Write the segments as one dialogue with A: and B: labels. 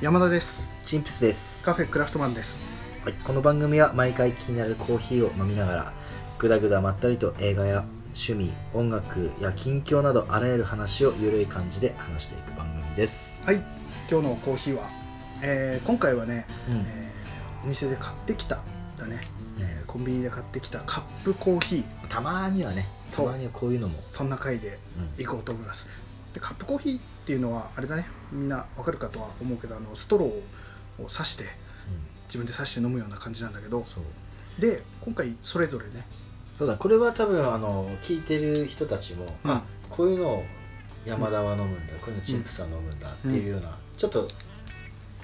A: 山田です
B: チンプスです、
A: カフェクラフトマンです
B: はい、この番組は毎回気になるコーヒーを飲みながらぐだぐだまったりと映画や趣味音楽や近況などあらゆる話をゆるい感じで話していく番組です、
A: はい今日のコーヒーは、えー今回はね、
B: うん
A: えーお店で買ってきただね、えー
B: え
A: コンビニで買ってきたカップコーヒ
B: ーたまにはねた
A: そう
B: まにはこういう
A: ー
B: のも、
A: そんな回で
B: うん
A: 行こうと思いますでカップコーヒーっていうのはあれだねみんなわかるかとは思うけどあのストローを刺して自分で刺して飲むような感じなんだけ
B: う
A: ど
B: んそう
A: で今回それぞれね、
B: そうだこれは多分あの聞いてる人たちも、あこういうのを山田は飲むんだ、こういうのチンプスは飲むんだっていうような、ちょっと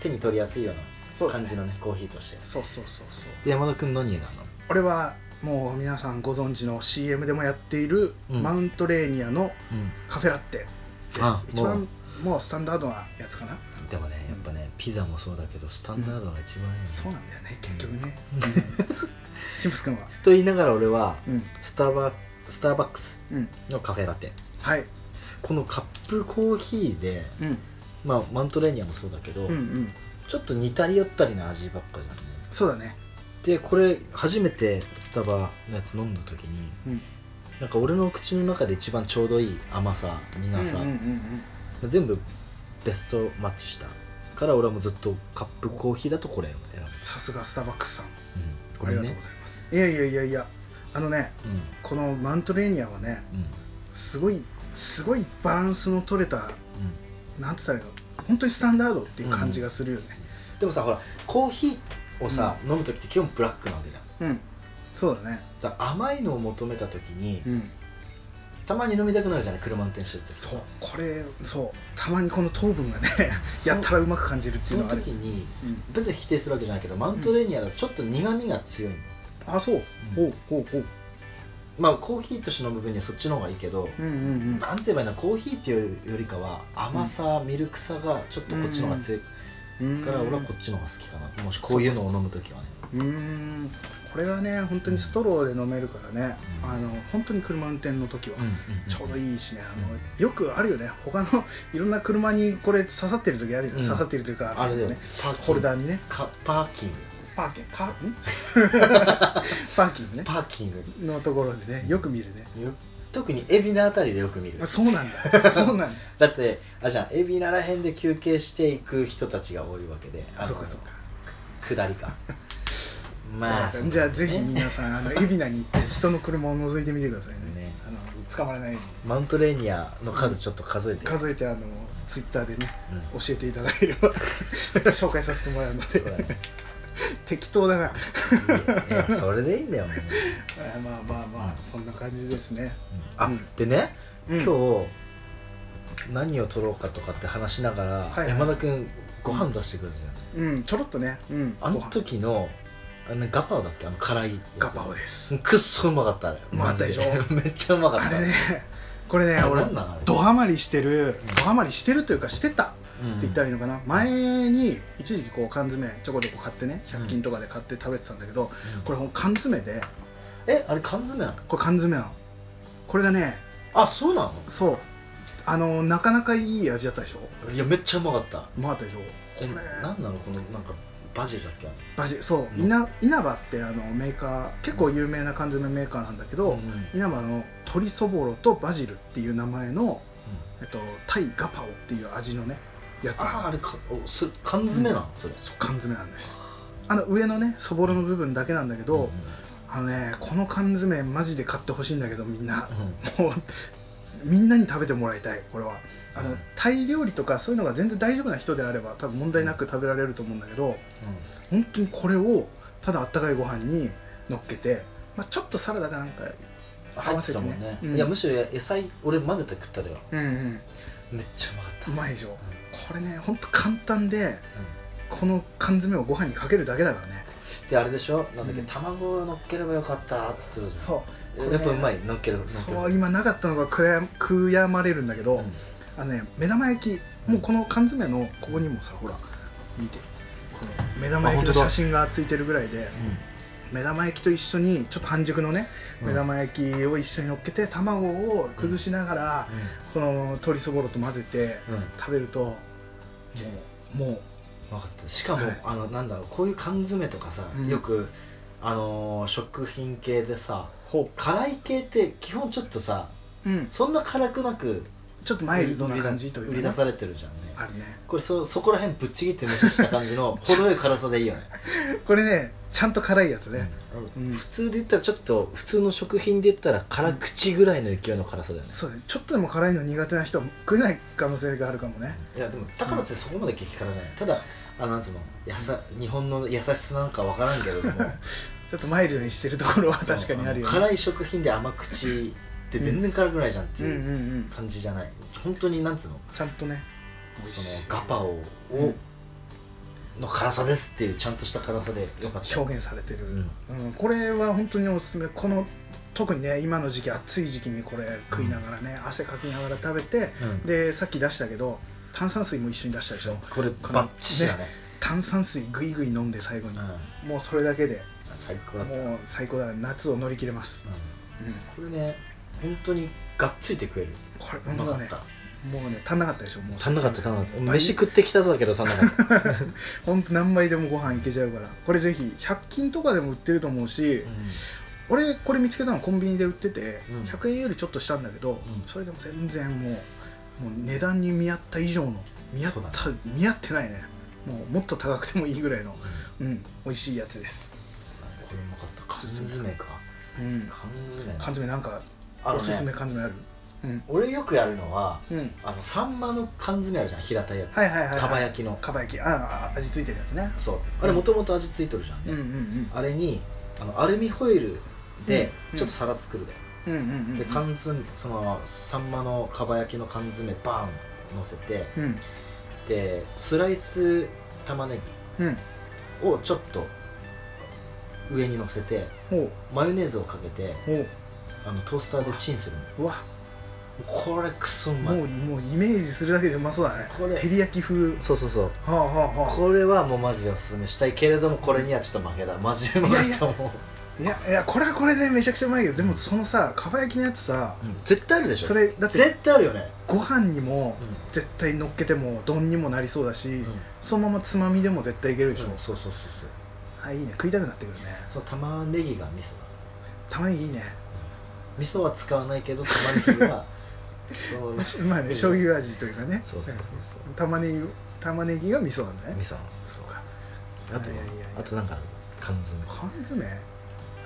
B: 手に取りやすいよう
A: そう
B: な感じのねコーヒーとして
A: そうそうそうそう
B: 山田君何選んだ
A: 俺はもう皆さんご存知の CM でもやっている、
B: うん
A: マウントレーニアの
B: の、うん
A: カフェラッテです
B: あ
A: 一
B: も
A: 番もうスタンダードなやつかな、
B: でもねやっぱね、ピザもそうだけどスタンダードが一番いいよね
A: そうなんだよね結局ね、チンプス君は
B: と言いながら俺は
A: うん
B: スタバスターバックス
A: うん
B: のカフェラテ
A: はい
B: このカップコーヒーで、
A: うん
B: まあ、マントレーニアもそうだけど、
A: うんうん
B: ちょっと似たり寄ったりな味ばっかりだね
A: そうだね
B: でこれ初めてスタバのやつ飲んだ時に
A: うん
B: なんか俺の口の中で一番ちょうどいい甘さ苦
A: う
B: さ、
A: んうんうん
B: 全部ベストマッチしたから俺はもうずっとカップコーヒーだとこれを選ぶ、
A: さすがスターバックスさん、
B: うん、
A: ありがとうございますいやいやいやいやあのね
B: うん
A: このマウントレーニアはね
B: うん
A: すごいすごいバランスの取れた
B: うん
A: なんて言ったらいいの本当にスタンダードっていう感じがするよね
B: でもさほらコーヒーをさ、飲む時って基本ブラックなわけじゃん
A: うん、そうだね
B: だから甘いのを求めた時に、
A: うん
B: たまに飲みたくなるじゃない車運転してると
A: そうこれそうたまにこの糖分がね
B: そう
A: やったらうまく感じるってい
B: そうの
A: のはある
B: 時に
A: うん
B: 別に否定するわけじゃないけどマウントレーニアはちょっと苦みが強いの、
A: あそう、
B: うん
A: おうおうおう
B: まあコーヒーとして飲む分にはそっちの方がいいけど、
A: うんうん
B: なんて言えばいいのコーヒーっていうよりかは甘さ、ミルクさがちょっとこっちの方が強いか
A: うん
B: ら俺はこっちの方が好きかなもしこういうのを飲む時はね
A: うーんこれはね本当にストローで飲めるからね、
B: うん
A: あの本当に車運転の時は、ちょうど
B: い
A: いいしねあの、
B: うん
A: よくあるよね他のいろんな車にこれ刺さってる時あるよね、
B: うん
A: 刺さってるというか
B: あれだよ
A: ね
B: パーキング
A: ホルダーにね
B: かパーキング
A: パーキングカーん パーキングね
B: パーキング
A: のところでねよく見るね
B: よ特に海老名あたりでよく見る
A: あそう なんだそうなんだ
B: だってあじゃん海老名ら辺で休憩していく人たちが多いわけで
A: あ
B: の
A: そうかそうか
B: 下 りかまあそう
A: じゃあ
B: ね
A: ぜひ皆さんあの海老名に行って人の車を覗いてみてくださいね
B: ね
A: あの捕まらないよう
B: マウントレーニアの数ちょっと数えて
A: に数えてあのツイッターでね
B: うん
A: 教えていただければ紹介させてもらうの
B: そうだ
A: で
B: ね
A: 適当だな
B: いやいやそれでいいんだよもう、
A: あまあまあまあそんな感じですね、
B: あ、
A: うん
B: でね
A: うん
B: 今日何を取ろうかとかって話しながら、
A: いはい
B: 山田君ご飯出してくれるじゃん、
A: うんちょろっとねうん
B: あの
A: ご飯
B: 時のあのガパオだっけあの辛いやつ
A: ガパオです
B: くっそうまかったあれ
A: うまかったでしょ
B: マジ めっちゃうまかった
A: あ れねこれね
B: あれ
A: 俺
B: なんなんあれ
A: ドハマりしてる
B: うん
A: ドハマりしてるというかしてた
B: うん
A: って言ったらいいのかな、前に一時期こう缶詰ちょこちょこ買ってね100均とかで買って食べてたんだけど、
B: うん
A: これ缶詰で
B: えあれ缶詰なの
A: これ缶詰なのこれがね
B: あそうな
A: そうあのなかなかいい味だったでしょ
B: のいやめっちゃうまかった
A: うまかったでしょ
B: え
A: これ
B: なんなのこのなんかバジルだっけあ
A: バジそう、
B: うん
A: 稲稲葉ってあのメーカー結構有名な缶詰メーカーなんだけど、
B: うんうん
A: 稲葉の鶏そぼろとバジルっていう名前の、えっと、タイガパオっていう味のねやつ
B: ああ
A: なの
B: あれかおそれ缶詰なの、それ
A: そう缶詰なんですあの上のねそぼろの部分だけなんだけど、
B: ん
A: あのねこの缶詰マジで買ってほしいんだけどみんな
B: うん
A: もうみんなに食べてもらいたいこれはあの、
B: うん
A: タイ料理とかそういうのが全然大丈夫な人であれば多分問題なく食べられると思うんだけど本当にこれをただあったかいご飯に乗っけて、まあ、ちょっとサラダかなんか合
B: 入
A: わ
B: って
A: せて
B: た
A: ね
B: もんね、
A: うん
B: いやむしろ野菜俺混ぜて食ったでは
A: うんうん
B: めっちゃうまかった
A: うまいでしょこれね本当簡単でこの缶詰をご飯にかけるだけだからね
B: うんであれでしょなんだっけ、
A: うん
B: 卵を乗っければよかったっつってたじゃん
A: そう
B: え
A: これね
B: やっぱうまい乗っける乗っける
A: そう今なかったのが悔や悔やまれるんだけど、
B: うん
A: あのね目玉焼きもうこの缶詰のここにもさほら見てこの目玉焼き
B: あ本当
A: の
B: だ
A: 写真がついてるぐらいで目玉焼きと一緒にちょっと半熟のね
B: うん
A: 目玉焼きを一緒に乗っけて卵を崩しながらこの鶏そぼろと混ぜて
B: うんうん
A: 食べるともうもう
B: 分かったしかも、
A: はい
B: あのなんだろうこういう缶詰とかさ、
A: うん
B: よくあのー食品系でさ
A: ほ
B: 辛い系って基本ちょっとさ
A: う、うん、
B: そんな辛くなく
A: ちょっとマイルドな感じとい
B: 売り
A: う
B: 出
A: か、
B: さ
A: ね、
B: れてるじゃんね
A: あるね
B: これそそこら辺ぶっちぎって無視した感 じの程よい辛さでいいよね
A: これねちゃんと辛いやつね、
B: う
A: うん
B: ん普通で言ったらちょっと普通の食品で言ったら辛口ぐらいの勢いの辛さだよね、
A: そうねちょっとでも辛いの苦手な人は食えない可能性があるかもね
B: いやでもだからってそこまで激辛じゃないただあのなんつうのやさ日本の優しさなんかわからんけれども
A: ちょっとマイルドにしてるところは確かにあるよね
B: そうの辛い食品で甘口って全然辛くないじゃんって
A: うんう
B: い
A: ん
B: う
A: うん
B: 感じじゃない本当になんつうの
A: ちゃんとね
B: そのガパオを、
A: うん
B: の辛さですっていうちゃんとした辛さでよかった
A: 表現されてる、
B: うん
A: うん、これは本当におすすめこの特にね今の時期暑い時期にこれ食いながらね、汗かきながら食べて
B: うん
A: でさっき出したけど炭酸水も一緒に出したでしょ
B: これバッチリだね
A: 炭酸水ぐいぐい飲んで最後に、
B: うん
A: もうそれだけで
B: 最高だった、うん
A: もう最高だ夏を乗り切れます、うん、
B: これね本当にがっついて食える
A: これ
B: うま
A: も
B: か
A: う
B: っ
A: ね
B: た
A: もうね足んなかったでしょもう
B: 足んなかった足んなかった
A: 倍
B: 飯食ってきたとだけど足んなかった、
A: 本当何杯でもご飯いけちゃうからこれぜひ100均とかでも売ってると思うし、俺これ見つけたのコンビニで売ってて、
B: うん
A: 100円よりちょっとしたんだけど、
B: ん
A: それでも全然もうもう値段に見合った以上の見合った、
B: そうだ
A: 見合ってないねもうもっと高くてもいいぐらいの、うん、美味しいやつです、
B: これうまかった缶詰か
A: うん、
B: 缶詰
A: 缶詰なんか
B: あのね
A: おすすめ缶詰あるうん、
B: 俺よくやるのは
A: うん、
B: あのサンマの缶詰あるじゃん平たいやつ
A: はいはいはい、はい、
B: かば焼きの
A: かば焼きああ味付いてるやつね
B: そうあれもともと味付いてるじゃ
A: う
B: ん
A: んうん
B: ね、あれにあのアルミホイルで
A: うん
B: ちょっと皿作るだよ、
A: うんうんうんうん
B: で缶詰そのサンマのかば焼きの缶詰バーン乗せて
A: うん
B: でスライス玉ね
A: うん
B: ぎをちょっと上に乗せて
A: おう
B: マヨネーズをかけて
A: おう
B: あのトースターでチンするの
A: うわ
B: これクソうまい
A: もうもうイメージするだけでうまそうだね
B: これ
A: 照り焼き風
B: そうそうそう
A: はあはあはあ
B: これはもうマジでおすすめしたいけれどもこれにはちょっと負けだマジで負けたもう
A: いやいやこれはこれでめちゃくちゃうまいけどでもそのさかば焼きのやつさ
B: うん絶対あるでしょ
A: それだって
B: 絶対あるよね
A: ご飯にも
B: うん
A: 絶対乗っけても丼にもなりそうだし
B: うん
A: そのままつまみでも絶対いけるでしょ
B: そうそうそうそうそう
A: あいいね食いたくなってくるね
B: その玉ねぎが味噌だ
A: 玉ねぎいいね
B: 味噌は使わないけど玉ねぎはその
A: う まいね醤油味というかね
B: そうそうそうそう
A: 玉ねぎ玉ねぎが味噌なんだね
B: 味噌
A: そうか
B: あと
A: いやいやいや
B: あとなんかある缶詰
A: 缶詰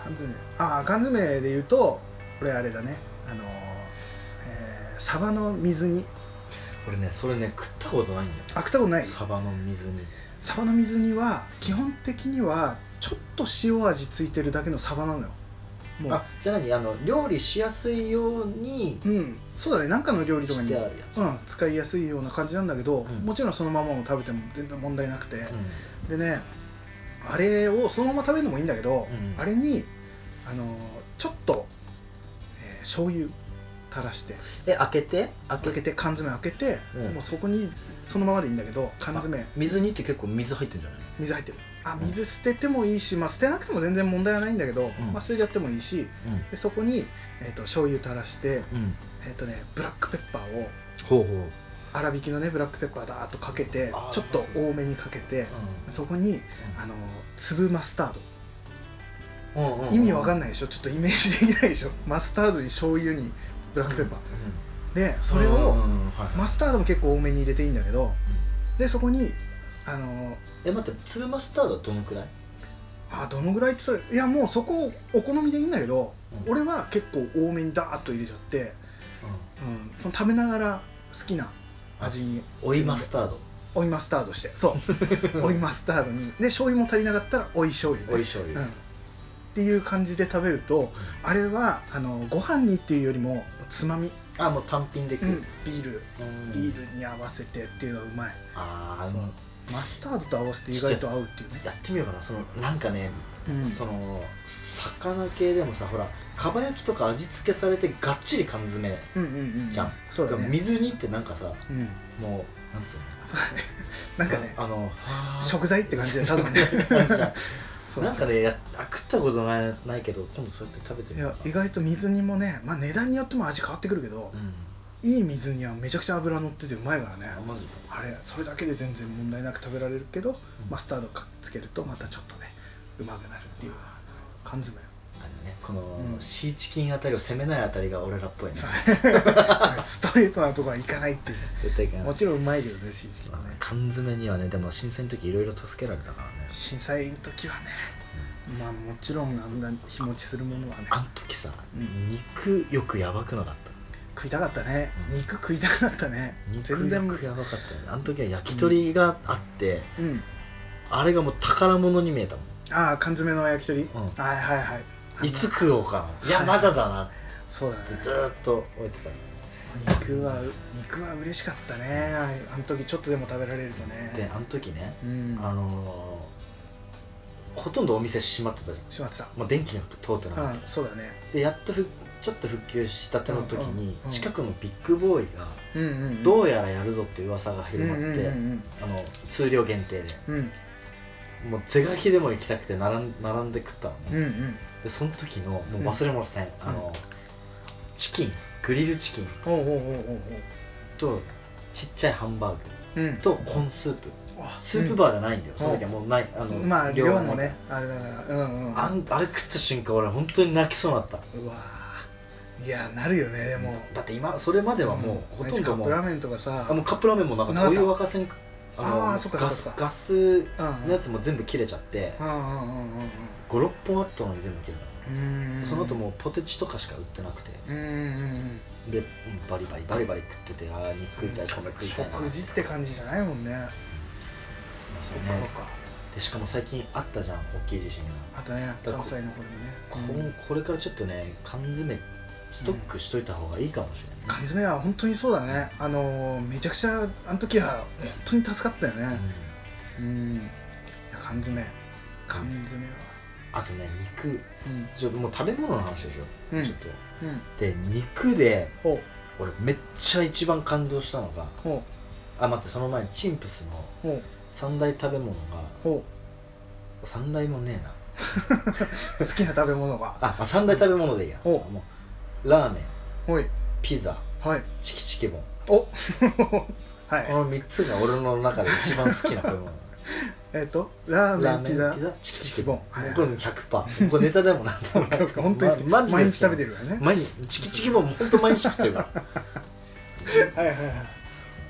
A: 缶詰ああ缶詰で言うとこれあれだねあのーえーサバの水煮
B: 俺ねそれね食ったことないんだよ
A: あ食ったことない
B: サバの水煮
A: サバの水煮は基本的にはちょっと塩味ついてるだけのサバなのよもう
B: あじゃあ何あの料理しやすいように
A: うんそうだね何かの料理とか
B: し
A: に
B: てあるやつ
A: うん、使いやすいような感じなんだけど、
B: うん
A: もちろんそのままも食べても全然問題なくて、でねあれをそのまま食べるのもいいんだけど、
B: うん
A: あれにあのーちょっと、えー醤油垂らして
B: え開けて開
A: 開けて缶詰開けて、
B: うん
A: もうそこにそのままでいいんだけど缶詰
B: 水煮って結構水入ってるんじゃない
A: 水入ってるあ水捨ててもいいし、まあ、捨てなくても全然問題はないんだけど、
B: ん
A: まあ、捨てちゃってもいいしでそこに、えー、と醤油垂らして、
B: うん、うん、
A: えーとね、ブラックペッパーを
B: ほうほう、うん、
A: 粗挽きのねブラックペッパーだーっとかけて
B: あー
A: ちょっと多めにかけてそこにあの粒マスタード
B: うん
A: 意味わかん
B: い
A: ないでしょちょっとイメージできないでしょマスタードに醤油にブラックペッパー、でそれをマスタードも結構多めに入れていいんだけどでそこにあの
B: え待って粒マスタードはどのくらい、
A: あーどのぐらいってそれいやもうそこお好みでいいんだけど俺は結構多めにダーッと入れちゃって、うん、その食べながら好きな味に
B: 追いマスタード
A: 追いマスタードしてそう 追いマスタードにで醤油も足りなかったら追い醤油
B: 追い
A: ね
B: 醤
A: う
B: 油、
A: ん、っていう感じで食べるとあれはあのご飯にっていうよりもつまみ、
B: あもう単品で食う、
A: ビール
B: うん
A: ビールに合わせてっていうのはうまい、
B: あ
A: その
B: あ
A: マスタードと合わせて意外と合うっていうね
B: やってみようかなそのなんかね、
A: うん
B: その魚系でもさほらかば焼きとか味付けされてがっちり缶詰
A: うんうんうん
B: じゃん、
A: そうだ
B: でも
A: ね
B: 水煮ってなんかさも
A: うん
B: うなんつうの
A: そうだねなんかね
B: ああの
A: 食材って感じだよた
B: 食
A: だねそうそう
B: なんかねやあ食ったことないないけど今度そうやって食べて
A: い
B: みよ
A: や
B: うか
A: 意外と水煮もね、まあ、値段によっても味変わってくるけど、
B: うん
A: いい水煮はめちゃくちゃ脂乗っててうまいからね
B: あマジか
A: あれそれだけで全然問題なく食べられるけど、
B: ん
A: マスタードかつけるとまたちょっとねうまくなるっていう缶詰
B: あのねこの、
A: うん
B: シーチキンあたりを攻めないあたりが俺らっぽいね
A: それ ストレートなとこはいかないっていう
B: 絶対いけない
A: もちろんうまいけどね正直
B: まあ
A: ね
B: ね缶詰にはねでも震災の時いろいろ助けられたからね、
A: 震災の時はねまあもちろんあんな日持ちするものはね
B: あの時さ、
A: うん
B: 肉よくやばくなかった
A: 食いたかったね
B: うん
A: 肉食いたかったね
B: 肉
A: 全然
B: よくやばかったよねあの時は焼き鳥があって、
A: うん
B: あれがもう宝物に見えたも
A: ああ缶詰の焼き鳥、
B: ん、
A: はいはいはいあ
B: うん、
A: の
B: いつ食おうかないやまだだなっ
A: そうだね
B: てずーっと置いてた
A: 肉は肉は嬉しかったねああの時ちょっとでも食べられるとね
B: であの時ね、
A: うん
B: あのーほとんどお店閉まってたじゃ
A: しまってた
B: んもう電気が通ってなかっ
A: うんそうだね
B: たでやっとふちょっと復旧したての時
A: うん
B: に
A: うんうん
B: 近くのビッグボーイが
A: うんうんうん
B: どうやらやるぞって噂が広まって、
A: うん
B: あの数量限定
A: うんうん
B: でもう是が非でも行きたくて並ん並んで食ったのね、
A: うんうんうん
B: でその時のもう忘れもせん、あのチキングリルチキン
A: おうおうおうおう
B: とちっちゃいハンバーグ
A: おううん
B: とコーンスープ
A: あ
B: スープバーがないんだよ、
A: うん
B: その時はもうないあの、
A: うんまあ量
B: が
A: も
B: ないから
A: ねあれだからうんうん
B: あんあれ食った瞬間俺本当に泣きそうになった
A: うわーいやなるよねでも
B: だって今それまではも
A: ん
B: う、ほとんども
A: カップラ
B: う
A: ーメンとかさ
B: あもうカップラーメンもなかっ
A: な
B: た
A: か
B: お
A: った
B: 湯沸かせんあの
A: あーそっか
B: ガ
A: そ
B: ス
A: っか
B: ガス
A: うん
B: のやつも全部切れちゃって
A: うんうんうんうん
B: 56本あったのに全部切れた
A: うんうん
B: その後もうポテチとかしか売ってなくて
A: うんうんうん
B: でうんバリバリバリバリ食っててああ肉食いたい米食いたいな
A: 食事って感じじゃないもんね
B: そう
A: そっ
B: ね
A: か
B: でしかも最近あったじゃん大きい地震が
A: あとね
B: だから
A: 関西の方に
B: こ
A: ねうん
B: んこれからちょっとね缶詰ストックしといた方がいいかもしれ
A: 缶
B: ない、
A: 詰は本当にそうだねあのーめちゃくちゃあの時は本当に助かったよ
B: う
A: ね
B: ん
A: うんいや缶詰缶詰は
B: あとね肉
A: うん
B: ちょもう食べ物の話でしょ、
A: うん
B: ちょっと
A: うん
B: で肉で
A: ほ
B: 俺めっちゃ一番感動したのが
A: うほ
B: あ待ってその前にチンプスの
A: うほう
B: 三大食べ物が
A: ほ
B: 三大もねえな
A: う好きな食べ物が
B: あ、まあ、三大食べ物でいいや
A: お
B: もうラーメン
A: ほい
B: ピザ
A: はい
B: チキチキボン
A: お はい
B: この3つが俺の中で一番好きな食べ物
A: えっ、と、 ラー
B: ラ
A: メ
B: ー
A: ン、
B: メン
A: ピザ
B: ピ、ザチキチキボン
A: チキチキボンはい
B: これもう100%これネタでもな んでもない
A: 本当に好き、
B: まマジで
A: 毎
B: 好き
A: 日食べてるからね。
B: 毎日チキチキボンも本当毎日食ってるから
A: はいはいはい。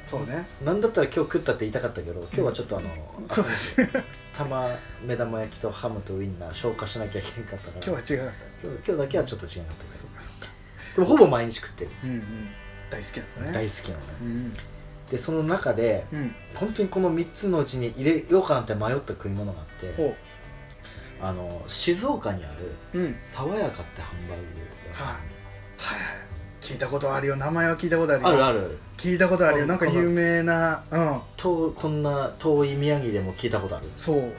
A: そうね。
B: なんだったら今日食ったって言いたかったけど今日はちょっとあの、
A: そうです。今
B: 玉目玉焼きとハムとウインナー消化しなきゃいけなかったから
A: 日は違かっ
B: 今日今日だけはちょっと違うかった
A: た。
B: け
A: そうかそうか。
B: どでもほぼ毎日食ってる、
A: うんうん。大好きなんだね。
B: 大好きなのね
A: うん
B: でその中で
A: うん。うん。
B: 本当にこの3つのうちに入れようかなんて迷った食い物があって
A: ほ
B: あの静岡にある
A: う。うん。はい
B: 爽やかってハンバーグ
A: はいはい。聞いたことあるよ。名前は聞いたことあるよ。
B: あるある
A: 聞いたことある
B: う
A: よ。
B: ん
A: なんか有名な。うん。
B: とこんな遠い宮城でも聞いたことある
A: そう。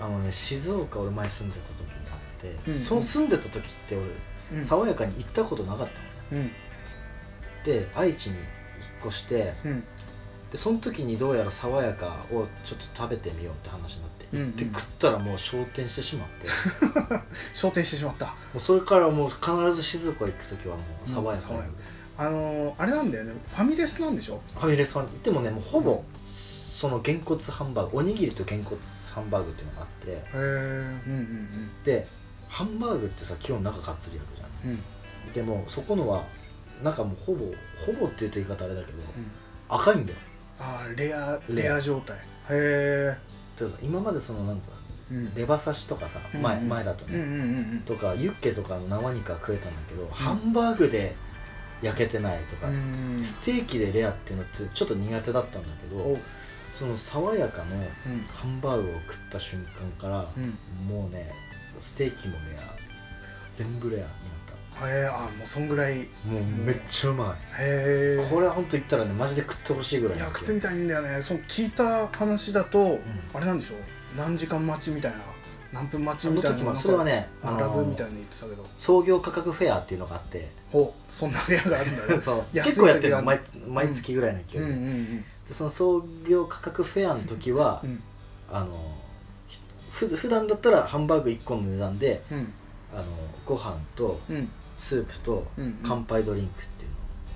B: あのね静岡俺前住んでた時にあって、
A: うんうん
B: そう住んでた時って俺、
A: うん。
B: 爽やかに行ったことなかったのね
A: うん。
B: で愛知に引っ越して
A: うん。
B: でその時にどうやら爽やかをちょっと食べてみようって話になって
A: うんう
B: 行
A: ん
B: って食ったらもう昇天してし まっても
A: 焦点してしまった。
B: うそれからもう必ず静岡行く時はもう爽やかに、
A: うん爽やあのー、あれなんだよね。ファミレスなんでしょ
B: ファミレスはでもねもうほぼそのげんこつハンバーグおにぎりとげんこつハンバーグっていうのがあって
A: へえ。うん
B: でハンバーグってさ基本中がっつりやる
A: う
B: じゃん
A: んうん。うん。
B: でもそこのはなんかもうほぼほぼっていうと言い方あれだけど
A: うん。
B: 赤いんだよ
A: あーレア
B: レ
A: レ
B: ア
A: ア状態へ
B: てかさ今までそのなんつ
A: え、
B: うの
A: うん、
B: レバ刺しとかさ前,、
A: うんうん
B: 前だとね、
A: うんうんうんうん
B: とかユッケとかの生肉は食えたんだけど、ハンバーグで焼けてないとか、
A: うん
B: ステーキでレアっていうのってちょっと苦手だったんだけど、
A: おう
B: その爽やかの
A: うん
B: ハンバーグを食った瞬間から、
A: うん
B: もうねステーキもレア全部レアになっ
A: へえあーもうそんぐらいへ
B: たもうめっちゃうまい、
A: え
B: これは本当言ったらねマジで食ってほしいぐらい
A: い
B: な
A: や
B: んだ
A: 食っ
B: け
A: てみ
B: ど
A: たいんだよねそう聞いた話だと、
B: ん
A: あれなんでしょう何時間待ちみたいな何分待ち
B: その
A: みたい
B: 時
A: な
B: もそれはね
A: なん
B: あ
A: か
B: の
A: 並ぶみたいに言ってたけど
B: 創業価格フェアっていうのがあって
A: ほうそんな部屋があるんだ ね
B: そう
A: 安い時
B: 結構やってるの
A: は
B: 毎毎月ぐらいの勢
A: う
B: い
A: んう
B: で,、
A: ん
B: でその創業価格フェアの時は、
A: うんうん
B: あのふ普段だったらハンバーグ1個の値段で
A: うん
B: あのご飯と
A: うん
B: スープと
A: うん
B: 乾杯ドリンクっ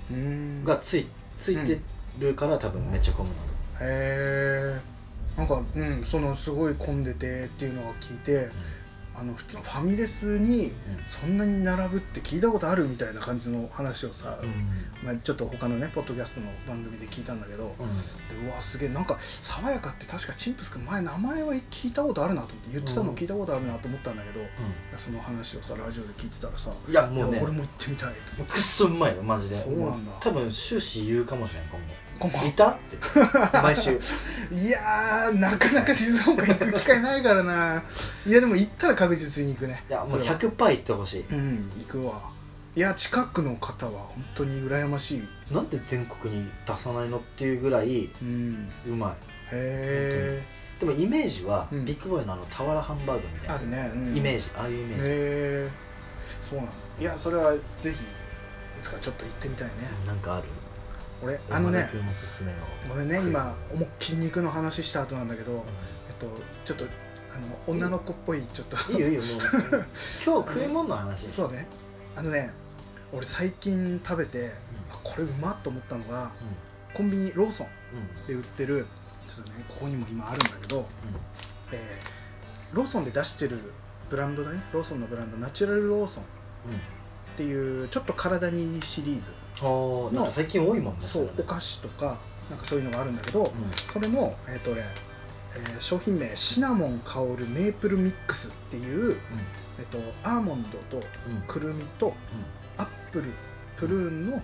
B: ていうの
A: うん
B: がついついてるから多分めっちゃ混むんだと思
A: へえんかうんそのすごい混んでてっていうのを聞いて
B: う、
A: あの普通のファミレスに
B: うん
A: そんなに並ぶって聞いたことあるみたいな感じの話をさ、
B: うん
A: まあ、ちょっと他のねポッドキャストの番組で聞いたんだけど、でうわすげえなんか爽やかって確かチンプス君前名前は聞いたことあるなと思って言ってたの聞いたことあるなと思ったんだけど、その話をさラジオで聞いてたらさ
B: いやもう
A: い
B: ね
A: や俺も行ってみたいと
B: もうくっそうまいよマジで
A: そうなんだ
B: も多分終始言うかもしれん今
A: 今
B: 後
A: 後
B: いたって毎週
A: いやーなかなか静岡行く機会ないからないやでも行ったら確実に行くね
B: いやもう100パー行ってほしい
A: うん行くわいや近くの方は本当に羨ましい
B: なんで全国に出さないのっていうぐらいう
A: うん
B: ま
A: へえ
B: いでもイメージは、
A: うん
B: ビッグボーイのあの俵ハンバーグみたいな
A: あるね、うん
B: イメージああいうイメージ、
A: へえそうなんだいやそれはぜひいつかちょっと行ってみたいね、
B: なんかある
A: 俺あのね
B: 山田君おすすめの
A: ごめんね今思いっきり肉の話した後なんだけど、えっとちょっとあの女の子っぽいちょっと
B: いいよい いよもう今日食い物の話
A: そうねあのね俺最近食べて、あこれうまっと思ったのが
B: うん
A: コンビニローソン
B: うんうん
A: で売ってるちょっとねここにも今あるんだけど、えーローソンで出してるブランドだねローソンのブランドナチュラルローソンっていうちょっと体にいいシリーズ
B: うんああなんか最近多いもんね
A: そう
B: れね
A: お菓子とかなんかそういうのがあるんだけど、
B: うん
A: それの、えーとねえー商品名シナモン香るメープルミックスっていう、
B: う
A: えー、とアーモンドと
B: んうん
A: くるみとアップルプルーンのあの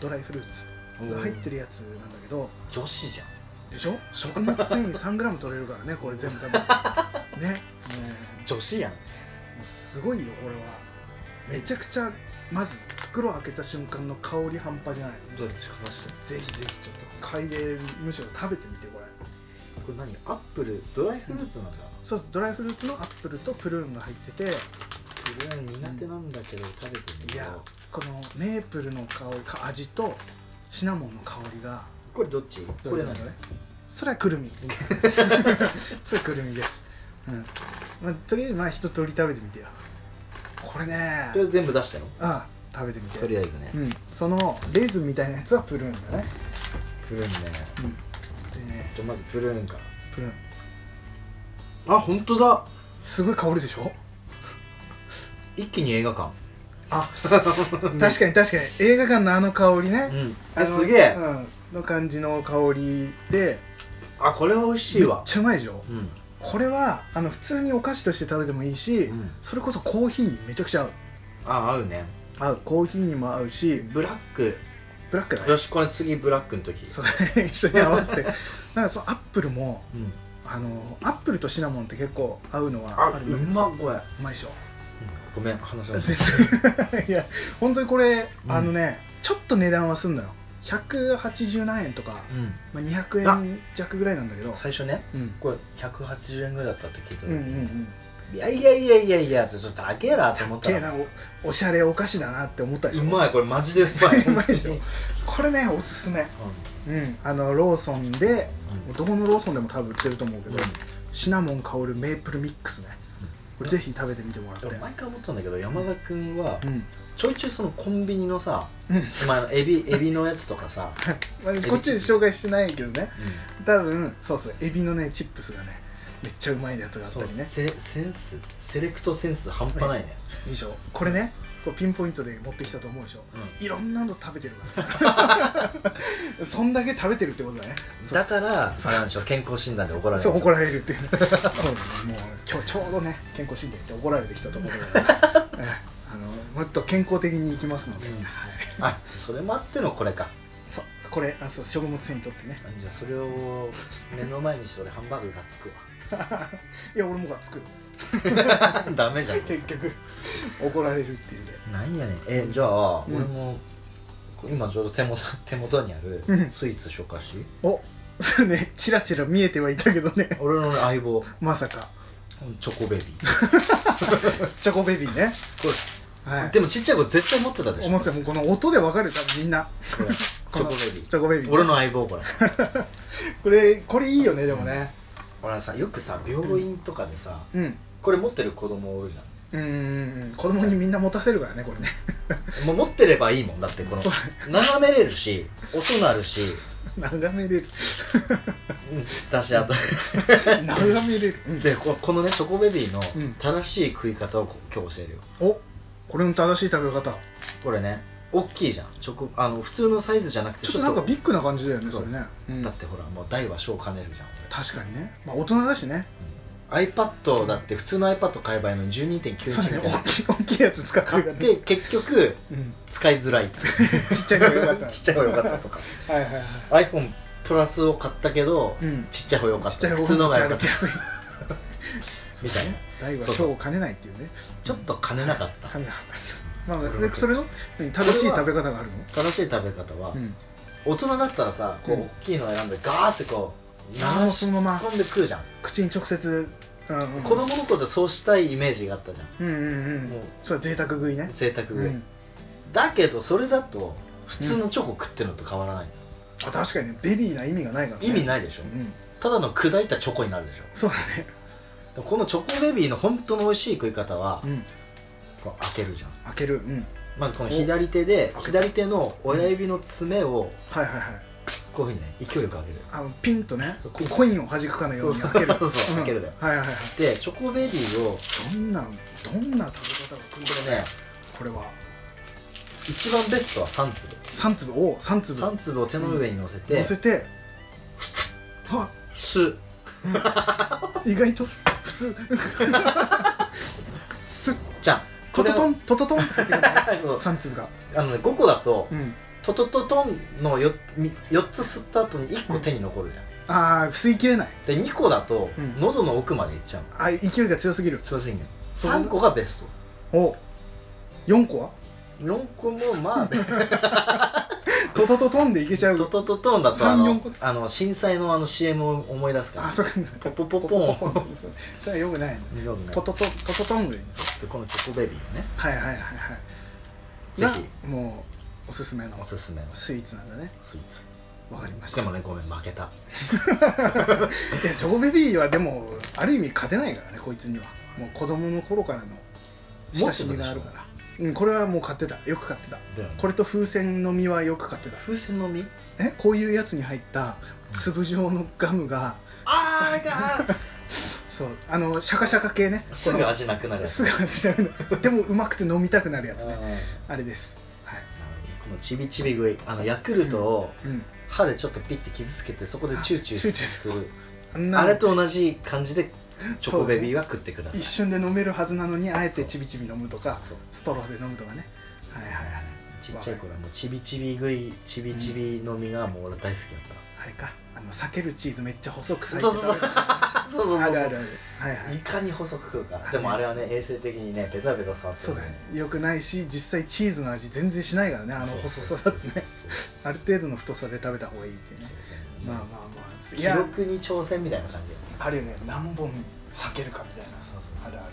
A: ドライフルーツ
B: うん
A: が入ってるやつなんだけど
B: 女子じゃん
A: でしょ食物繊維 3g 取れるからねこれ全部 食べてねね
B: 女子やん
A: もうすごいよこれはめちゃくちゃまず袋開けた瞬間の香り半端じゃない
B: どっちかまして
A: ぜひぜひちょっと嗅いでむしろ食べてみてこれ
B: これ何アップルドライフルーツなんだ
A: そうですドライフルーツのアップルとプルーンが入ってて
B: プルーン苦手なんだけど食べてみ
A: い
B: よう
A: やこのメープルの香りか味とシナモンの香りが
B: これどっちこれ何
A: どれそれはくる みそれくるみです、うんまあ、とりあえずまあ一通り食べてみてよこれね
B: とりあえず全部出したよ
A: ああ食べてみて
B: とりあえずね
A: うん、そのレーズンみたいなやつはプルーンだね、
B: プルーンね
A: うん、でね
B: じゃあまずプルーンから
A: プルーン
B: あ本当だ
A: すごい香るでしょ
B: 一気に映画館
A: あ 確かに確かに映画館のあの香りね、
B: うん
A: あの
B: えすげえ
A: うん、の感じの香りで
B: あこれは美味し
A: め
B: い
A: っ
B: わ
A: ちゃうまいでしょ
B: うん
A: これはあの普通にお菓子として食べてもいいし、
B: うん
A: それこそコーヒーにめちゃくちゃ合う
B: あ合うね
A: 合うコーヒーにも合うし
B: ブラック
A: ブラックだね
B: よしこれ次ブラックの時
A: そう一緒に合わせて だからそのアップルも
B: うん
A: あのアップルとシナモンって結構合うのは
B: あ
A: あ
B: う
A: るんだけど
B: まっこれ
A: うまいでしょ
B: ごめん話が
A: 全然 いや本当にこれ、
B: うん
A: あのねちょっと値段はすんのよ180何円とか、
B: うん
A: まあ、200円弱ぐらいなんだけど
B: 最初ね
A: うん
B: これ180円ぐらいだったって聞いた
A: う
B: 時
A: んうんう
B: に
A: ん
B: いやいやいやいやいやちょっと高えなと思った
A: けえ
B: ら
A: なおおしゃれお菓子だなって思ったでし
B: う
A: ょ
B: まいこれマジでうまい
A: うまいでしょこれねおすすめうんあのローソンでどこのローソンでも多分売ってると思うけ
B: うん
A: ど、シナモン香るメープルミックスね
B: うん
A: これぜひ食べてみてもらって
B: 俺毎回思ったんだけど山田君は
A: うん
B: ちょいちょいそのコンビニのさ
A: うん
B: まあエビエビのやつとかさ
A: まあこっちで紹介してないけどね多分そうそうエビのねチップスがねめっちゃうまいやつがあった
B: そう
A: りね
B: セセンスセレクトセンス半端ないね
A: いいでしょこれねこれピンポイントで持ってきたと思うでしょいろんなの食べてるからねそんだけ食べてるってことだね
B: うんだからあれなんでしょ健康診断で怒られる
A: そう怒られるっていうねそうねもう今日ちょうどね健康診断って怒られてきたと ころです、ね、ええあのもっと健康的にいきますので、
B: うん
A: はい、
B: あそれもあってのこれか
A: そうこれあそう食物繊維とってね
B: じゃあそれを目の前にして俺ハンバーグがつ く
A: いや俺もが作る
B: わダメじゃん
A: 結局怒られるっていうね
B: なんやねんえじゃあ、
A: うん
B: 俺も今ちょうど手元手元にある
A: うん
B: スイーツ紹介し、
A: おそうねチラチラ見えてはいたけどね
B: 俺の相棒
A: まさか
B: チョコベビー
A: チョコベビーね
B: これ、
A: はい
B: でもちっちゃい子絶対持ってたでしょ
A: おもちゃもうこの音で分かるよ多分みんな
B: これチョコベビ
A: チョコベビー
B: ー
A: ね
B: 俺の相棒これ
A: これこれいいよねでもね
B: 俺さよくさ病院とかでさ、
A: うん
B: これ持ってる子供おるじゃん
A: うんうんうん子供にみんな持たせるからねこれね
B: もう持ってればいいもんだってこ の
A: そう
B: 眺めれるし音鳴るし
A: 眺めれる
B: だしあと
A: 眺めれる、うん
B: でここのねチョコベビーの
A: うん
B: 正しい食い方をこ今日教えるよ
A: おこれの正しい食べ方
B: これね大きいじゃんチョコあの普通のサイズじゃなくて
A: ちょっとなんかビッグな感じだよね
B: そ
A: そうれね、うん
B: だってほらもう大は小を兼ねるじゃん
A: 確かにね、まあ、大人だしね
B: 俺 iPad だって普通の iPad 買えばいいのに
A: そうね
B: 12.91みたいな
A: 大きい大きいやつ使って
B: 買
A: る
B: っ
A: からね
B: て結局
A: うん、
B: 使いづらい
A: ちっちゃい方がよかった
B: ちっちゃい方が良かったとか
A: はいはいはい
B: iPhone プラスを買ったけど、
A: うん
B: ちっちゃい方が良か
A: ち
B: っ
A: っちゃ
B: た
A: い
B: 普
A: 方
B: 通の
A: が持
B: が
A: ち歩
B: 良かっ
A: き
B: た
A: やすい
B: みたいな
A: 大は
B: そうそう
A: 小を兼ねないっていうね
B: ちょっと兼ねなかった、
A: 兼ねなかったまあ
B: 俺も
A: でそれの何正しい食べ方があるの
B: 正しい食べ方は、
A: うん
B: 大人だったらさこう
A: うん
B: 大きいの選んでガーってこう流し
A: あーもうそのまま
B: 込んで食うじゃん、
A: 口に直接、うんうん、
B: 子供の頃ってそうしたいイメージがあったじゃ
A: うんうんうん
B: もう
A: それは贅沢食いね
B: ん贅沢
A: う
B: 食い、
A: ん、
B: だけどそれだと普通のチョコ食ってるのと変わらない、
A: あ確かにねベビーな意味がないから、ね、
B: 意味
A: い、
B: ないでしょ、
A: うん、
B: ただの砕いたチョコになるでし
A: そうだね、
B: ょこのチョコベビーの本当の美味しい食い方は、
A: うん、
B: こう開けるじゃん
A: 開けるうん
B: まずこの左手で
A: お
B: 左手の親指の爪を
A: はいはいはい
B: こういうふうにね勢いよく開ける
A: あのピンとね
B: そう
A: こうコインを弾くかのように開ける
B: そうそうそ
A: う
B: う
A: ん
B: 開けるだよ
A: はいはいはい
B: でチョコベリーをこ
A: どんなどんな食べ方が来るんだ
B: れ
A: ろう
B: ね
A: これは
B: 一番ベストは3粒
A: 3粒おう三粒
B: 3粒を手の上に乗せて、
A: 乗せてあ
B: す
A: 意外と普通すっ
B: じゃん
A: トトト
B: ン
A: ントトトンって感じ
B: そう
A: 三粒が
B: あのね5個だと、
A: うん
B: トトトトンの 4, 4つ吸った後に1個手に残るじゃん、
A: ああ吸い切れない
B: で2個だと、
A: うん
B: 喉の奥までいっちゃうの
A: あ勢いが強すぎる
B: 通信源
A: そうだ
B: 3個がベス
A: お4個は
B: ト4個もまあ ベス
A: トトトトンでいけちゃ
B: ト
A: う
B: トトトンだとあ
A: 三
B: の
A: 四個
B: あの震災のあの CM を思い出すから
A: あそうか
B: ポポポポン
A: そうそれはよくないね
B: よくない
A: トトトントトトンぐらいにする
B: でこのチョコベビーをね
A: はいはいはいはい
B: ぜ
A: がもうおすすめの
B: ひおすすめのス
A: スイーツなんだね
B: イー
A: わかりまし
B: ツ
A: た
B: でもねごめん負けた
A: いやチョコベビーはでもある意味勝てないからねこいつにはもう子供の頃からの親しみがあるからうん、これはもう買ってたよく買ってた
B: だよね
A: これと風船の実はよく買ってた
B: 風船の実
A: えこういうやつに入った粒状のガムが
B: あーが
A: そうあのシャカシャカ系ね
B: ーすぐ味なくなるやつ
A: すぐ味なくなるでもうまくて飲みたくなるやつ
B: あー
A: ね
B: なる
A: あれですはい
B: ほどこのちびちび食いあのヤクルトを
A: うん
B: 歯でちょっとピッて傷つけてそこでチューチュー
A: チューチュー
B: する
A: あんな
B: あ
A: の
B: れと同じ感じでチョコベビーは食ってください
A: 一瞬で飲めるはずなのにあえてちびちび飲むとか
B: そう
A: ストローで飲むとかねはいはいはい
B: ちっちゃい頃はもうちびちび食いちびちび飲みがもう俺大好きだった
A: あれかあの避けるチーズめっちゃ細く裂いて
B: そうそうそうそうそうそう
A: あるあるあるはいはい
B: いかに細く食うかでもあれはね衛生的にねベタベタ触って
A: そうだ
B: ね
A: ねよくないし実際チーズの味全然しないからねあの細さだってねある程度の太さで食べた方がいいっていうねまあまあまあい
B: 記
A: や
B: 録に挑戦みたいな感じ
A: あるよね何本避けるかみたいなあるある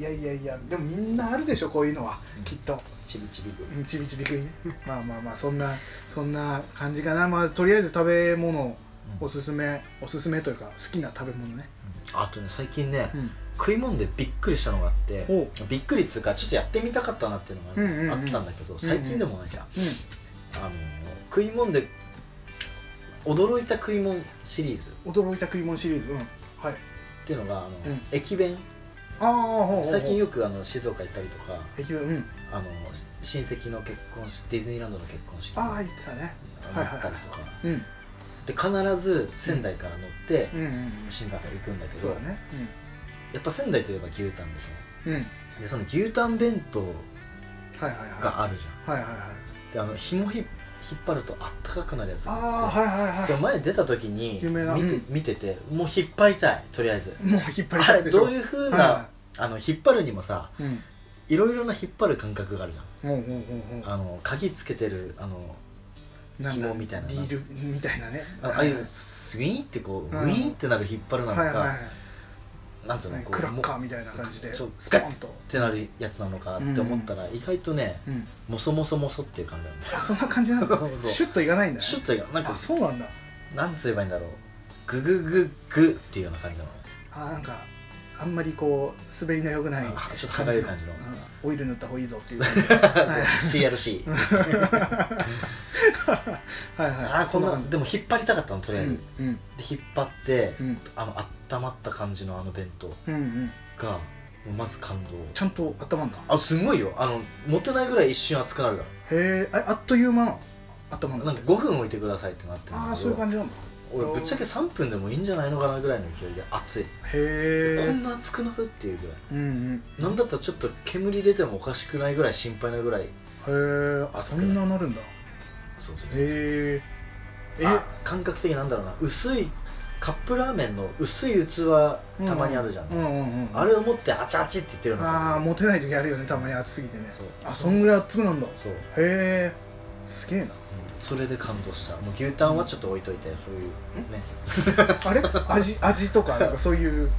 A: いやいやいやでもみんなあるでしょこういうのは
B: うん
A: きっと
B: ちびちび食い
A: うんちびちび食い ねまあまあまあそんなそんな感じかなまあとりあえず食べ物おすすめおすすめというか好きな食べ物ね
B: あとね最近ね
A: うん
B: 食い物でびっくりしたのがあって
A: おう
B: びっくりっつうかちょっとやってみたかったなっていう
A: うんうん
B: の
A: うん
B: があったんだけど最近でもないじゃん
A: うん
B: あの食い物で驚いた食い物シリーズっ
A: 驚いた食い物シリーズうんはい
B: ていうのがあの
A: うん
B: 駅弁
A: ああほうほうほう
B: 最近よくあの静岡行ったりとか
A: 駅弁うん
B: あの親戚の結婚式ディズニーランドの結婚式に
A: ああ
B: 行
A: 言ってたね
B: ったりとか
A: うん
B: で必ず仙台から乗って
A: うんうんうん
B: 新幹線行くんだけ
A: そ
B: ど
A: うだね
B: やっぱ仙台といえば牛タンでし
A: うんうん
B: ょでその牛タン弁当
A: はいはいはい
B: があるじゃ
A: はいはいはい
B: んであの紐ひ引っ張るとあったかくなるやつ
A: あ
B: があ
A: あ
B: って
A: はいはい
B: で
A: は
B: 前出た時に
A: 有名な
B: 見て
A: うん
B: 見ててもう引っ張りたいとりあえず
A: いもう引っ張り
B: あ
A: たい
B: れ
A: でしょ
B: どういうふう
A: はいは
B: なあの引っ張るにもさ
A: いうん
B: いろいろな引っ張る感覚があるじゃん
A: ほうほうほうほ
B: あの鍵つけてるあの
A: うなんだ
B: 紐みたいな
A: リールみたいなね
B: あああいうスイーンってこう、
A: うん
B: ウィーンってなる引っ張るなのか、
A: はいはいはい
B: なんつうのこう
A: クラッカー
B: も
A: みたいな感じで
B: そう
A: スポンと
B: ってなるやつなのかって思ったら、意外とね
A: うん
B: もそもそもそっていう感じなんだよ
A: あそんな感じなんだ
B: そうそう
A: シュッといかないんだね
B: シュッというかなん
A: あ
B: か
A: そうなんだ
B: なんつ言えばいいんだろうググググっていうような感じなの
A: あなんかあんまりこう滑りの良くない
B: あちょっと輝く感じの
A: うんオイル塗った方がいいぞ っていう
B: CRC
A: はいはい
B: あーこんな
A: 感じ
B: でも引っ張りたかったのと
A: う
B: りあえず、
A: んうん
B: で引っ張って、
A: うん
B: あの温まった感じのあの弁当
A: うんうん
B: がもうまず感動
A: ちゃんと温まんだ
B: あすごいよあの持てないぐらい一瞬熱くなるか
A: へえああっという間な温まん
B: ら
A: だ
B: なんか5分置いてくださいってなってるん
A: あ
B: だ
A: あ
B: け
A: そういう
B: ど
A: 感じなんだ
B: 俺ぶっちゃけ3分でもいいんじゃないのかなぐらいの勢いで熱い、こ
A: へ
B: んな熱くなるっていうぐらい
A: えうん
B: なんだったらちょっと煙出てもおかしくないぐらい心配なぐらい
A: うんへえあそんななるんだへ
B: そうですね
A: ええ
B: あ感覚的になんだろうな薄いカップラーメンの薄い器
A: うん
B: たまにあるじゃん、
A: うんうんうん
B: あれを持ってあちゃあちって言ってるの
A: ああモテない時あるよねたまに暑すぎてね
B: そう
A: あそんぐらい熱くなんだへ
B: そう、うん
A: えすげえな
B: それで感動したもう牛タンはちょっと置いといてそういうね
A: あれ 味味とかなんかそういう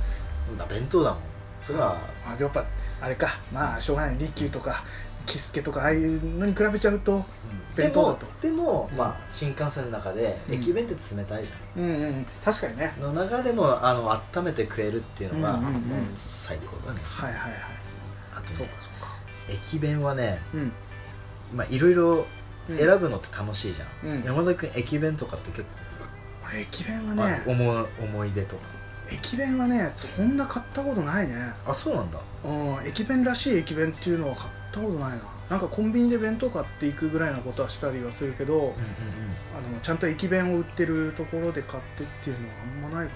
B: だ弁当だもんそれは
A: あやっぱあれかまあしょうがない利休とかキスケとかああいうのに比べちゃうと弁当だと
B: でもでもまあ新幹線の中で
A: うん
B: 駅弁って冷たいじゃ
A: うんうん確かにね
B: ん、の中でもあの温めて食えるっていうのが
A: うんうんうん
B: もう最高だね、
A: はいはいはい
B: あと
A: そう
B: ね
A: かそうか
B: 駅弁はね
A: うん
B: まあいろいろ
A: うん
B: 選ぶのって楽しいじゃん、
A: うん
B: 山田君駅弁とかって結構、
A: 俺駅弁は
B: まあ
A: ね、
B: 思う思い出とか
A: 駅弁はねそんな買ったことないね
B: あそうなんだ
A: うん駅弁らしい駅弁っていうのは買ったことないななんかコンビニで弁当買っていくぐらいなことはしたりはするけど、
B: うんうんうん
A: あのちゃんと駅弁を売ってるところで買ってっていうのはあんまないか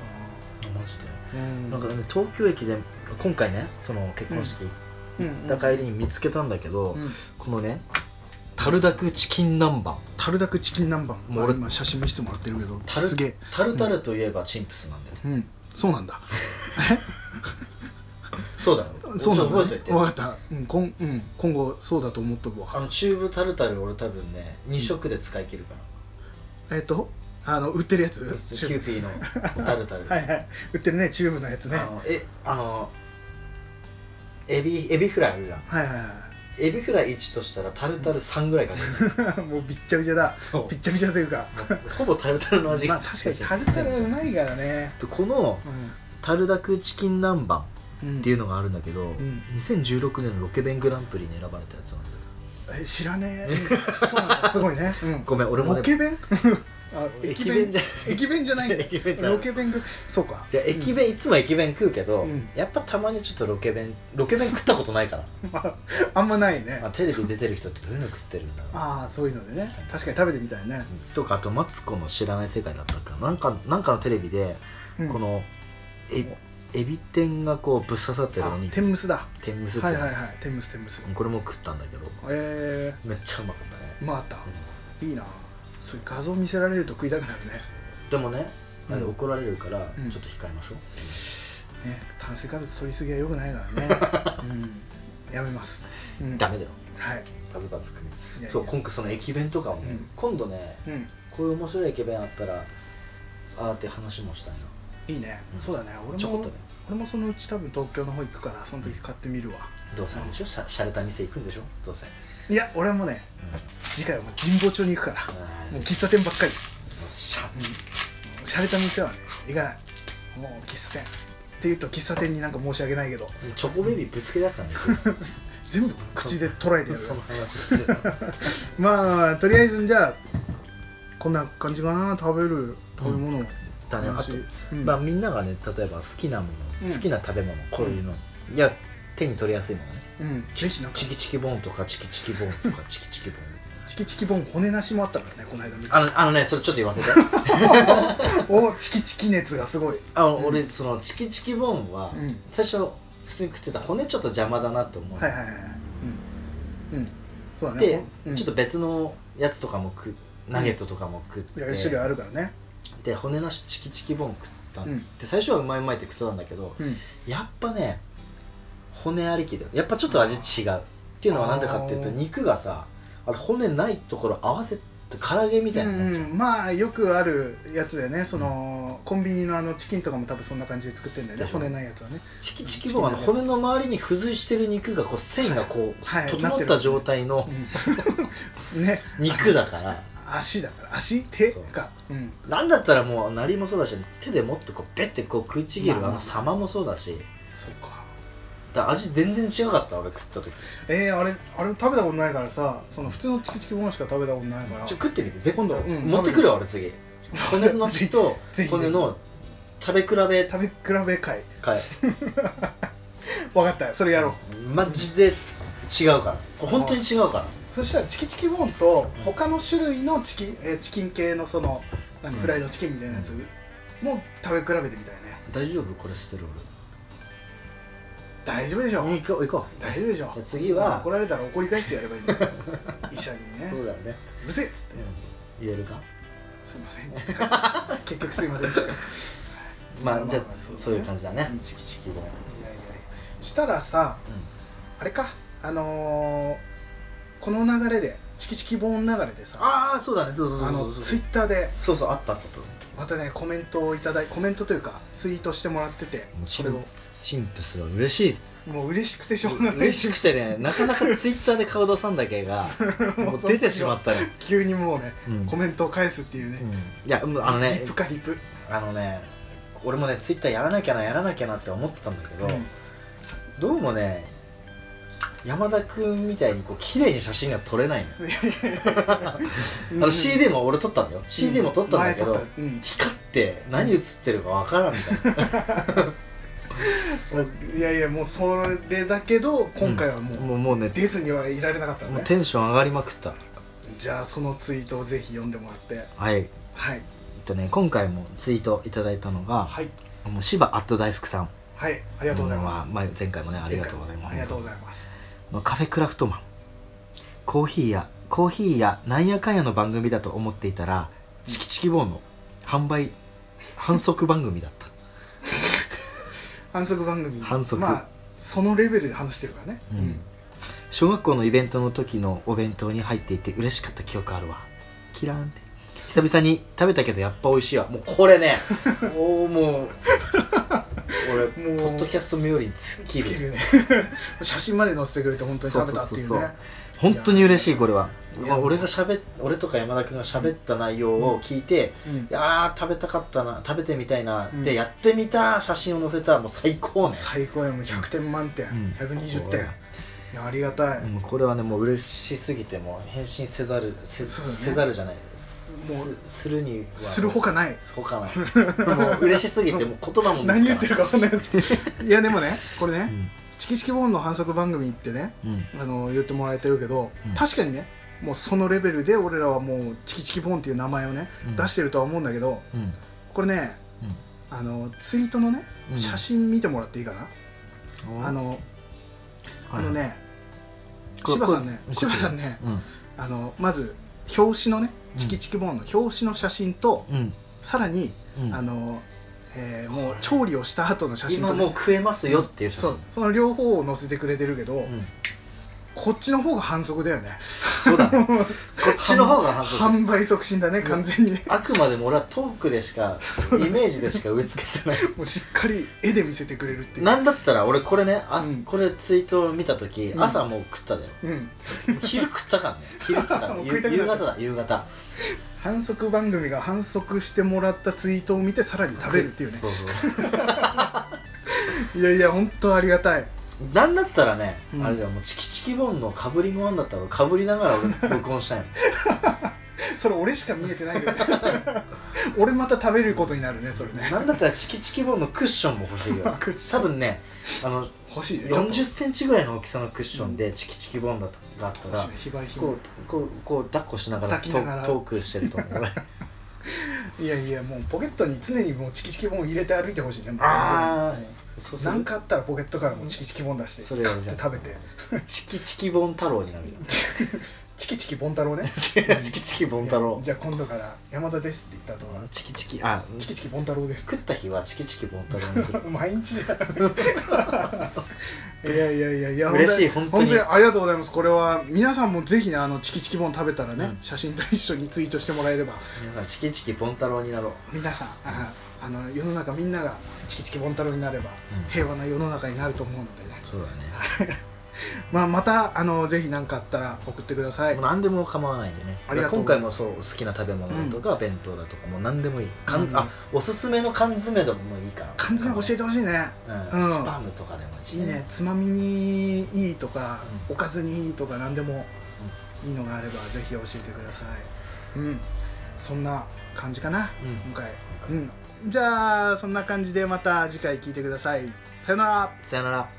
B: あマジで
A: なうん
B: なんかね東京駅で今回ねその結婚式
A: うん
B: 行った帰りに見つけたんだけど、
A: うん
B: このねタルダクチキン南蛮
A: タルダクチキン南蛮
B: もう
A: も
B: 俺
A: う今写真見せてもらってるけど
B: タル
A: すげえ
B: タルタルといえばチンプスなんだよ、
A: うんそうなん だ
B: そうだ
A: え
B: よ
A: そうなんだ、ね、
B: ちょっと覚えといて
A: 分かった、うんこんうん、今後そうだと思っとく
B: あ
A: わ
B: のチューブタルタル俺多分ね2色で使い切るから、
A: えっ、とあの売ってるやつ
B: キューピーのタルタ ル
A: はいはい売ってるねチューブのやつねは
B: あのえあのエビエビフライあるじゃん
A: いはい
B: エビフライ1としたらタルタル3ぐらいかける、
A: はいもうびっちゃびちゃだ
B: そう
A: びっちゃびちゃというか
B: ほぼタルタルの味
A: まあ確かにタルタルはうまいからね
B: このタルダクチキン南蛮
A: うん、うん
B: っていうのがあるんだけど、
A: ん
B: 2016年のロケ弁グランプリに選ばれたやつなんだよ
A: え知らねえそうなんだすごい ね、うん、
B: ごめん俺もね
A: ロケ弁 あ
B: 駅
A: 駅
B: 弁
A: 弁
B: じ
A: じ
B: ゃ
A: ゃ駅弁じゃないんだ
B: 駅弁じゃない
A: ロケ弁がそうか
B: じゃあ駅弁、いつも駅弁食うけど、
A: うん
B: やっぱたまにちょっとロケ弁ロケ弁食ったことないから、
A: うんまああんまないね
B: まあ、テレビ出てる人ってどういうの食ってるんだろう
A: ああそういうのでね確かに食べてみたいね、
B: とかあとマツコの知らない世界だったかななんかなんかのテレビで、
A: うん
B: このえエビ天がこうぶっ刺さってるお
A: あ
B: にぎり
A: 天むすだ
B: 天むすって
A: は
B: いう
A: い
B: の
A: はいはい天むす天むす
B: これも食ったんだけど
A: え
B: めっちゃうまかったね
A: ー、うまかったいいなそういう画像見せられると食いたくなるね
B: でもね、あれ
A: うん
B: 怒られるから
A: うん
B: ちょっと控えましょう、
A: ね炭水化物取りすぎはよくないからね、うん、やめます、うん、
B: ダメだよ
A: はい
B: バズバズ組み
A: いやいや
B: そう今回その駅弁とかもね、
A: うん
B: 今度ね
A: うん
B: こういう面白い駅弁あったらああって話もしたい
A: いいね、
B: うん
A: そうだね俺も
B: ちょこっとね
A: 俺もそのうち多分東京の方行くからその時買ってみるわ
B: などうせあれでしょしゃしゃれた店行くんでしょどうせ、
A: いや俺はもうね次回はもう神保町に行くから
B: うん
A: もう喫茶店ばっかり
B: しゃ
A: うんしゃれた店はね行かないもう喫茶店っていうと喫茶店になんか申し訳ないけど
B: チョコベビーぶつけだったね
A: 全部口で捉えてる
B: その話してた
A: まあとりあえずじゃあこんな感じかな食べる食べ物の
B: だねあ
A: 話
B: と、
A: うん
B: まあ、みんながね例えば好きなもの、
A: うん
B: 好きな食べ物こういうの、いや手に取りやすいものね
A: うんぜひなんか
B: チキチキボー ンとかチキチキボーンとかチキチキボーン
A: チキチキボン骨なしもあったからねこの間見た
B: あのあのねそれちょっと言 わせて
A: おチキチキ熱がすごい
B: あの、俺そのチキチキボーンは、
A: うん
B: 最初普通に食ってた骨ちょっと邪魔だなって思う、
A: はいはいはいはいうん、うん、そうだね
B: で、
A: うん
B: ちょっと別のやつとかも食うナゲットとかも食って、
A: いや種類あるからね
B: で骨なしチキチキボーン食った、
A: うん
B: で最初はうまいうまいって食ってたんだけど、
A: うん
B: やっぱね骨ありきだよやっぱちょっと味違うっていうのはなんでかっていうと
A: あー
B: 肉がさあれ骨ないところ合わせて唐揚げみたいなもんじゃん、
A: うんまあよくあるやつでねそのコンビニのあのチキンとかも多分そんな感じで作ってるんだよね
B: でしょ
A: 骨ないやつはね
B: チキチキボーンはあの骨の周りに付随してる肉がこう繊維がこう、
A: はい
B: 整った状態の
A: うん ね
B: 肉だから、
A: 足だから足手
B: そう
A: かうん
B: なんだったらもうなりもそうだし手でもっとこうベッてこう食いちぎる
A: まあ
B: あ
A: まあ
B: の様もそうだし、
A: そうか
B: だから味全然違かった俺食った時
A: えー、あれあれ食べたことないからさその普通のチキチキご飯しか食べたことないから
B: ちょ食ってみてぜ
A: 今度うん
B: 持ってくるわ俺次骨の血と
A: ぜひぜひ
B: 骨の食べ比べ
A: 食べ比べ会
B: 会
A: 分かったそれやろう
B: マジで違うからこれ本当に違うから
A: そしたらチキチキボーンと他の種類のチキン、えーチキン系のその何
B: うん
A: フライドチキンみたいなやつも食べ比べてみたいね
B: 大丈夫コレステロール
A: 大丈夫でしょ、
B: うん行こう行こ
A: 大丈夫でしょ
B: じゃあ次は
A: 怒られたら怒り返してやればいいん だよ医者にね
B: うそうだよね
A: うるせえっつって
B: 言えるか
A: すいま せん結局すいませんいやいやい
B: ま
A: ま
B: あ
A: あ
B: じゃあ
A: まあそうだね
B: そういう感じだね
A: うん
B: チキチキごめん
A: したらさあれかあのーこの流れでチキチキボーン流れでさ
B: ああそうだねそうそう
A: あ
B: そ
A: の
B: うそう
A: ツイッターで
B: そうそうあったあったと
A: またねコメントをいただいコメントというかツイートしてもらってて
B: もう
A: それを
B: チンプスは嬉しい
A: もう嬉しくてしょうがない
B: 嬉しくてねなかなかツイッターで顔出さんだけが もう出てしまったね
A: 急にもうね、
B: うん
A: コメントを返すっていうね、
B: いやうんあのね
A: リプかリプ、
B: あのね俺もねツイッターやらなきゃなやらなきゃなって思ってたんだけど、どうもね山田君みたいにこう綺麗に写真が撮れないのよ あの CD も俺撮ったんだよ CD も撮ったんだけど、
A: 前撮ったうん
B: 光って何映ってるかわからんみたいな
A: いやいやもうそれだけど今回 はもう、
B: もうもうね
A: 出ずにはいられなかったの
B: もう
A: ね
B: テンション上がりまくった
A: じゃあそのツイートをぜひ読んでもらって
B: はいえっ
A: はい
B: とね今回もツイートいただいたのが、
A: はい
B: もう芝アット大福さんあ
A: はいありがとうございます、
B: 前前回もねありがとうござい
A: 前回も
B: ます
A: ありがとうございます
B: のカフェクラフトマンコーヒーやコーヒーやなんやかんやの番組だと思っていたらチキチキボーンの販売反則番組だった
A: 反則番組
B: 反則
A: まあそのレベルで話してるからね、
B: うん小学校のイベントの時のお弁当に入っていて嬉しかった記憶あるわキラーンって久々に食べたけどやっぱ美味しいわもうこれねおーもう俺
A: もう
B: ポッドキャスト冥利に尽きる
A: 尽き るね写真まで載せてくれて本当に食べたっていうね
B: そうそうそうそう本当に嬉しいこれはい
A: や
B: まあ俺が喋っ俺とか山田君が喋った内容を聞いて、
A: うん
B: いやー食べたかったな食べてみたいな、
A: うん
B: でやってみた写真を載せたらもう最高ね、
A: 最高やもう100点満点、
B: うん
A: 120点いやありがたい、
B: うんこれはねもう嬉しすぎてもう返信せざるせ,、
A: そうだね
B: せざるじゃないす
A: もう
B: するには
A: するほかない
B: ほか ないもう嬉しすぎてもう言葉も
A: 何言ってる
B: か
A: か分かんないやついやでもねこれね、
B: うん
A: チキチキボーンの反則番組ってね
B: うん
A: あの言ってもらえてるけど、
B: うん
A: 確かにねもうそのレベルで俺らはもうチキチキボーンっていう名前をね、
B: うん
A: 出してるとは思うんだけど
B: うん
A: これねあのツイートのね
B: うん
A: 写真見てもらっていいかな、
B: うん
A: あのあのね
B: こ
A: 柴さんね
B: こ
A: 柴さんね
B: うん
A: あのまず表紙のね
B: うん
A: チキチキボーンの表紙の写真と、
B: うん
A: さらに
B: うん
A: あの、えーもう調理をした後の写真
B: 今
A: と、
B: もう
A: ね、
B: 食えますよっていう写真
A: そうその両方を載せてくれてるけど、
B: うん
A: こっちの方が反則だよね
B: そう だねこっちの方が反則
A: 販売促進だね完全にね
B: あくまでも俺はトークでしかイメージでしか植え付けてない
A: もうしっかり絵で見せてくれるっていう
B: なんだったら俺これね、あ
A: うん
B: これツイートを見た時
A: うん
B: 朝もう食っただよ、
A: うん
B: 昼食った からね昼食ったから
A: もう
B: 夕
A: 食いたくな
B: 夕
A: っ
B: 方
A: ちゃ
B: だ夕方
A: 反則番組が反則してもらったツイートを見てさらに食べるっていうね
B: そうそう
A: いやいや本当ありがたい
B: なんだったらね、
A: うん
B: あれだよもうチキチキボンのかぶりもあんだったらかぶりながら俺録音したい もん
A: それ俺しか見えてないけど 俺また食べることになるねそれね
B: なんだったらチキチキボンのクッションも欲しいよ
A: クッション
B: 多分ねあの
A: 欲しいねちょっ
B: 4
A: と
B: 0センチぐらいの大きさのクッションでチキチキボンだとがあった
A: 欲しい
B: ら
A: ね非売品
B: こうこうこう抱っこしながら
A: 抱きながら
B: トークトークしてると思 う俺
A: いやいやもうポケットに常にもうチキチキボン入れて歩いてほしいねもう
B: あー
A: そ
B: そううする
A: なんかあったらポケットからもうチキチキボン出して
B: それやるじ
A: 買
B: ゃ
A: っ
B: ん
A: て食べて
B: チキチキボン太郎になるよ
A: チキチキボン太郎ね
B: チキチキボン太郎
A: じゃあ今度から山田ですって言った後は
B: チキチキあ
A: チキチキボン太郎です
B: 食 った日はチキチキボン太郎にする
A: 毎日 じゃんいやいやいやいや
B: 嬉しい本当に
A: ありがとうございますこれは皆さんもぜひねあのチキチキボン食べたらね、
B: うん
A: 写真と一緒にツイートしてもらえれば
B: 皆さんチキチキボン太郎になろう
A: 皆さんああの世の中みんながチキチキボン太郎になれば、
B: うん
A: 平和な世の中になると思うのでね
B: そうだね
A: はいまあ、またあのぜひ何かあったら送ってください
B: もう何でも構わないんでね
A: ありがとう
B: 今回もそう好きな食べ物とか弁当だとかもう何でもいい、かん
A: うん
B: あおすすめの缶詰でもいいから
A: 完全に教えてほしいね
B: うん
A: うん
B: スパムとかでもいいし
A: いいねつまみにいいとか、
B: う
A: お
B: ん
A: かずにいいとか何でもいいのがあればぜひ教えてくださいうんそんな感じかな、
B: うん
A: 今回うんじゃあそんな感じでまた次回聞いてくださいさよなら
B: さよなら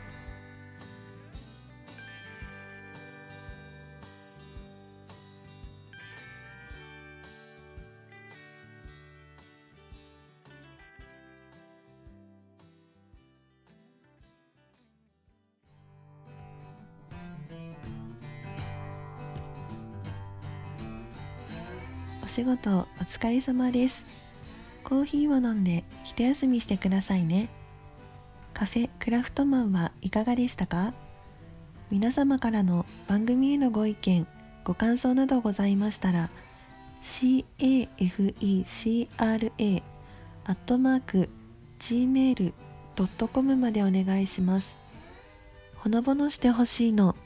C: お仕事お疲れ様です。コーヒーを飲んで一休みしてくださいね。カフェクラフトマンはいかがでしたか皆様からの番組へのご意見、ご感想などございましたら、cafecra.gmail.com までお願いします。ほのぼのしてほしいの